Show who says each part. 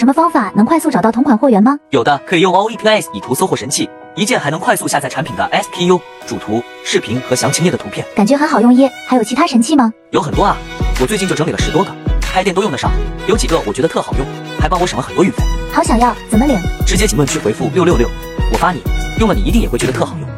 Speaker 1: 什么方法能快速找到同款货源吗？
Speaker 2: 有的可以用 OEPS 以图搜获神器，一键还能快速下载产品的 SKU、主图、视频和详情页的图片，
Speaker 1: 感觉很好用耶。还有其他神器吗？
Speaker 2: 有很多啊。我最近就整理了十多个，开店都用得上。有几个我觉得特好用，还帮我省了很多运费。
Speaker 1: 好想要，怎么领？
Speaker 2: 直接评论区回复六六六，我发你，用了你一定也会觉得特好用。